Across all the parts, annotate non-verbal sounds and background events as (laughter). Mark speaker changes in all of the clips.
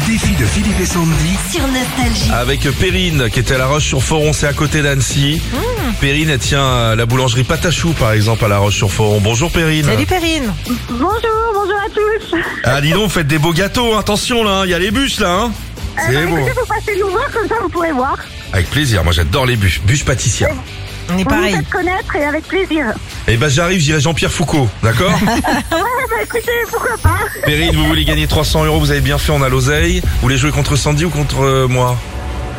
Speaker 1: Philippe et Sandy.
Speaker 2: sur Nostalgie.
Speaker 3: Avec Perrine qui était à La Roche-sur-Foron, c'est à côté d'Annecy. Perrine, elle tient euh, la boulangerie Patachou par exemple à La Roche-sur-Foron. Bonjour Perrine.
Speaker 4: Salut Perrine
Speaker 5: Bonjour, bonjour à tous.
Speaker 3: Ah dis donc, faites des beaux gâteaux, attention là, hein, il y a les bûches là. hein. C'est
Speaker 5: Euh,
Speaker 3: beau.
Speaker 5: écoutez, vous passez nous voir, comme ça vous pourrez voir.
Speaker 3: Avec plaisir, moi j'adore les bûches, bûches pâtissières.
Speaker 4: On
Speaker 5: Vous
Speaker 4: est
Speaker 5: vous
Speaker 4: pareil.
Speaker 5: faites connaître et avec plaisir.
Speaker 3: Et ben j'arrive, j'irai Jean-Pierre Foucault, d'accord
Speaker 5: Ah bah écoutez, pourquoi pas
Speaker 3: Perrine, vous voulez gagner 300 euros, vous avez bien fait, on a l'oseille. Vous voulez jouer contre Sandy ou contre euh, moi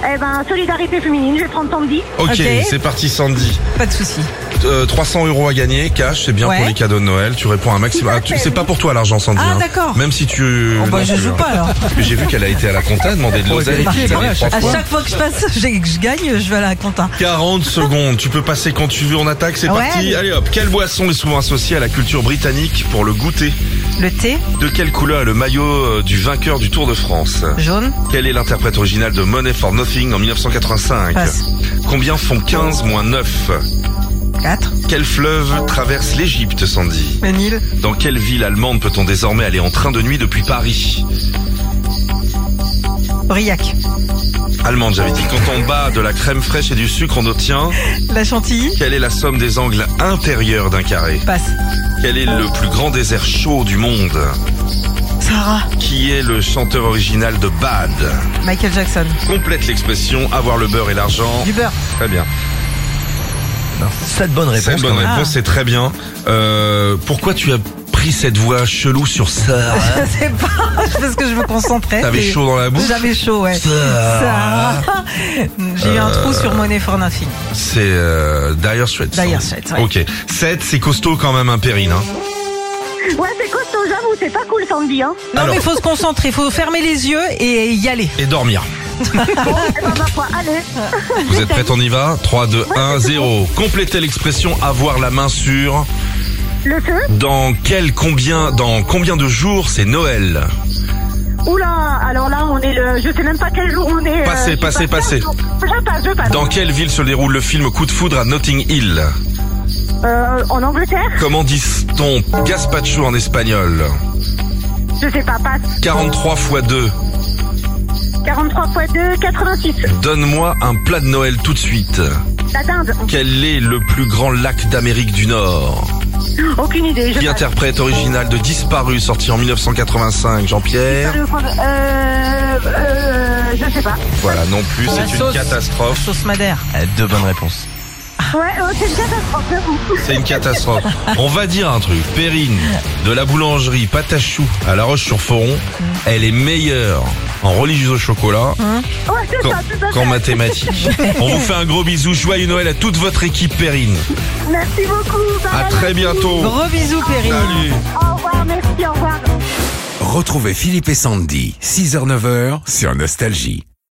Speaker 5: Eh ben, solidarité féminine, je vais prendre Tandy.
Speaker 3: Ok,
Speaker 4: Ok.
Speaker 3: c'est parti Sandy.
Speaker 4: Pas de souci.
Speaker 3: Euh, 300 euros à gagner, cash, c'est bien
Speaker 4: Ouais.
Speaker 3: pour les cadeaux de Noël. Tu réponds à un
Speaker 5: Tout
Speaker 3: maximum.
Speaker 5: à
Speaker 3: Ah, tu-
Speaker 5: fait,
Speaker 3: c'est
Speaker 5: oui.
Speaker 3: pas pour toi l'argent Sandy.
Speaker 4: Ah,
Speaker 3: hein.
Speaker 4: d'accord.
Speaker 3: Même si tu.
Speaker 4: Bon, bah,
Speaker 3: Non,
Speaker 4: je
Speaker 3: tu-
Speaker 4: joue pas alors.
Speaker 3: Mais J'ai vu qu'elle a été à la compta, demander de l'oseille.
Speaker 4: Ouais,
Speaker 3: putain, mais trois
Speaker 4: À
Speaker 3: fois.
Speaker 4: chaque fois que je passe, (laughs) j'ai- que je gagne, je vais à la compta.
Speaker 3: 40 secondes, tu peux passer quand tu veux, on attaque, c'est
Speaker 4: Ouais,
Speaker 3: parti.
Speaker 4: allez.
Speaker 3: Allez hop, quelle boisson est souvent associée à la culture britannique pour le goûter
Speaker 4: Le thé,
Speaker 3: De quelle couleur est le maillot euh, du vainqueur du Tour de France
Speaker 4: jaune,
Speaker 3: Quel est l'interprète original de Money for Nothing en 1985
Speaker 4: passe.
Speaker 3: Combien font 15 moins 9 euh,
Speaker 4: 4,
Speaker 3: Quel fleuve traverse l'Égypte, Sandy
Speaker 4: le Nil,
Speaker 3: Dans quelle ville allemande peut-on désormais aller en train de nuit depuis Paris
Speaker 4: Aurillac,
Speaker 3: Allemande, j'avais dit. Quand on bat de la crème fraîche et du sucre, on obtient...
Speaker 4: la chantilly,
Speaker 3: Quelle est la somme des angles intérieurs d'un carré
Speaker 4: passe.
Speaker 3: Quel est le plus grand désert chaud du monde
Speaker 4: Sarah,
Speaker 3: Qui est le chanteur original de Bad
Speaker 4: Michael Jackson,
Speaker 3: Complète l'expression avoir le beurre et l'argent.
Speaker 4: du beurre,
Speaker 3: Très bien.
Speaker 1: Cette bonne
Speaker 3: Cette
Speaker 1: réponse.
Speaker 3: bonne
Speaker 1: quand même.
Speaker 3: réponse,
Speaker 4: Ah.
Speaker 3: c'est très bien. Euh, pourquoi tu as pris cette voix chelou sur ça
Speaker 4: (laughs) je sais pas, c'est parce que je me concentrais.
Speaker 3: Ah T'avais
Speaker 4: Et-
Speaker 3: chaud dans la bouche
Speaker 4: J'avais chaud, ouais.
Speaker 3: Sarah. Euh.
Speaker 4: Sarah. J'ai eu un trou sur Money for Nothing.
Speaker 3: C'est euh, Dire Straits.
Speaker 4: Dire
Speaker 3: hein.
Speaker 4: Straits, ouais.
Speaker 3: Ok. 7, c'est costaud quand même, un périne. Hein.
Speaker 5: Ouais, c'est costaud, j'avoue, c'est pas cool
Speaker 2: (laughs)
Speaker 5: Tandy, hein.
Speaker 4: Non,
Speaker 3: Alors.
Speaker 4: mais faut se concentrer, faut fermer les yeux et y aller.
Speaker 3: Et dormir.
Speaker 5: Eh ben, ma foi, allez.
Speaker 3: Vous êtes prêts, on y va 3, 2, 1, 0. Complétez l'expression avoir la main sur.
Speaker 5: Le feu
Speaker 3: Dans quel combien, dans combien de jours c'est Noël
Speaker 5: Oula, alors là, on est le... Je sais même pas quel jour on est. euh,
Speaker 3: Passez,
Speaker 5: je
Speaker 3: passez,
Speaker 5: sais pas,
Speaker 3: passez.
Speaker 5: Je passe, je passe.
Speaker 3: Dans quelle ville se déroule le film Coup de foudre à Notting Hill
Speaker 5: Euh, en Angleterre
Speaker 3: Comment dit-on gazpacho en espagnol
Speaker 5: Je sais pas, passe.
Speaker 3: 43 x 2.
Speaker 5: 43 fois 2, 86.
Speaker 3: Donne-moi un plat de Noël tout de suite.
Speaker 5: La dinde
Speaker 3: Quel est le plus grand lac d'Amérique du Nord
Speaker 5: Aucune idée, je
Speaker 3: Qui
Speaker 5: passe.
Speaker 3: interprète original de Disparu, sorti en 1985, Jean-Pierre
Speaker 5: Euh, euh, je sais pas.
Speaker 3: Voilà, non plus,
Speaker 4: La
Speaker 3: c'est une
Speaker 4: sauce.
Speaker 3: catastrophe.
Speaker 4: Sauce Madère.
Speaker 1: Euh, Deux bonnes réponses.
Speaker 5: Ouais, euh, c'est une catastrophe, j'avoue.
Speaker 3: C'est une catastrophe. On va dire un truc. Perrine, de la boulangerie Patachou à La Roche-sur-Foron, elle est meilleure en religieuse au chocolat
Speaker 5: Ouais, c'est
Speaker 3: qu'en-
Speaker 5: ça, Mmh. tout à fait.
Speaker 3: qu'en mathématiques. On vous fait un gros bisou. Joyeux Noël à toute votre équipe, Perrine.
Speaker 5: Merci beaucoup. bye
Speaker 3: À
Speaker 5: bye, merci.
Speaker 3: très bientôt.
Speaker 4: Gros bisous, Périne.
Speaker 3: Salut.
Speaker 5: Au revoir, merci, au revoir.
Speaker 1: Retrouvez Philippe et Sandy, 6h-9h sur Nostalgie.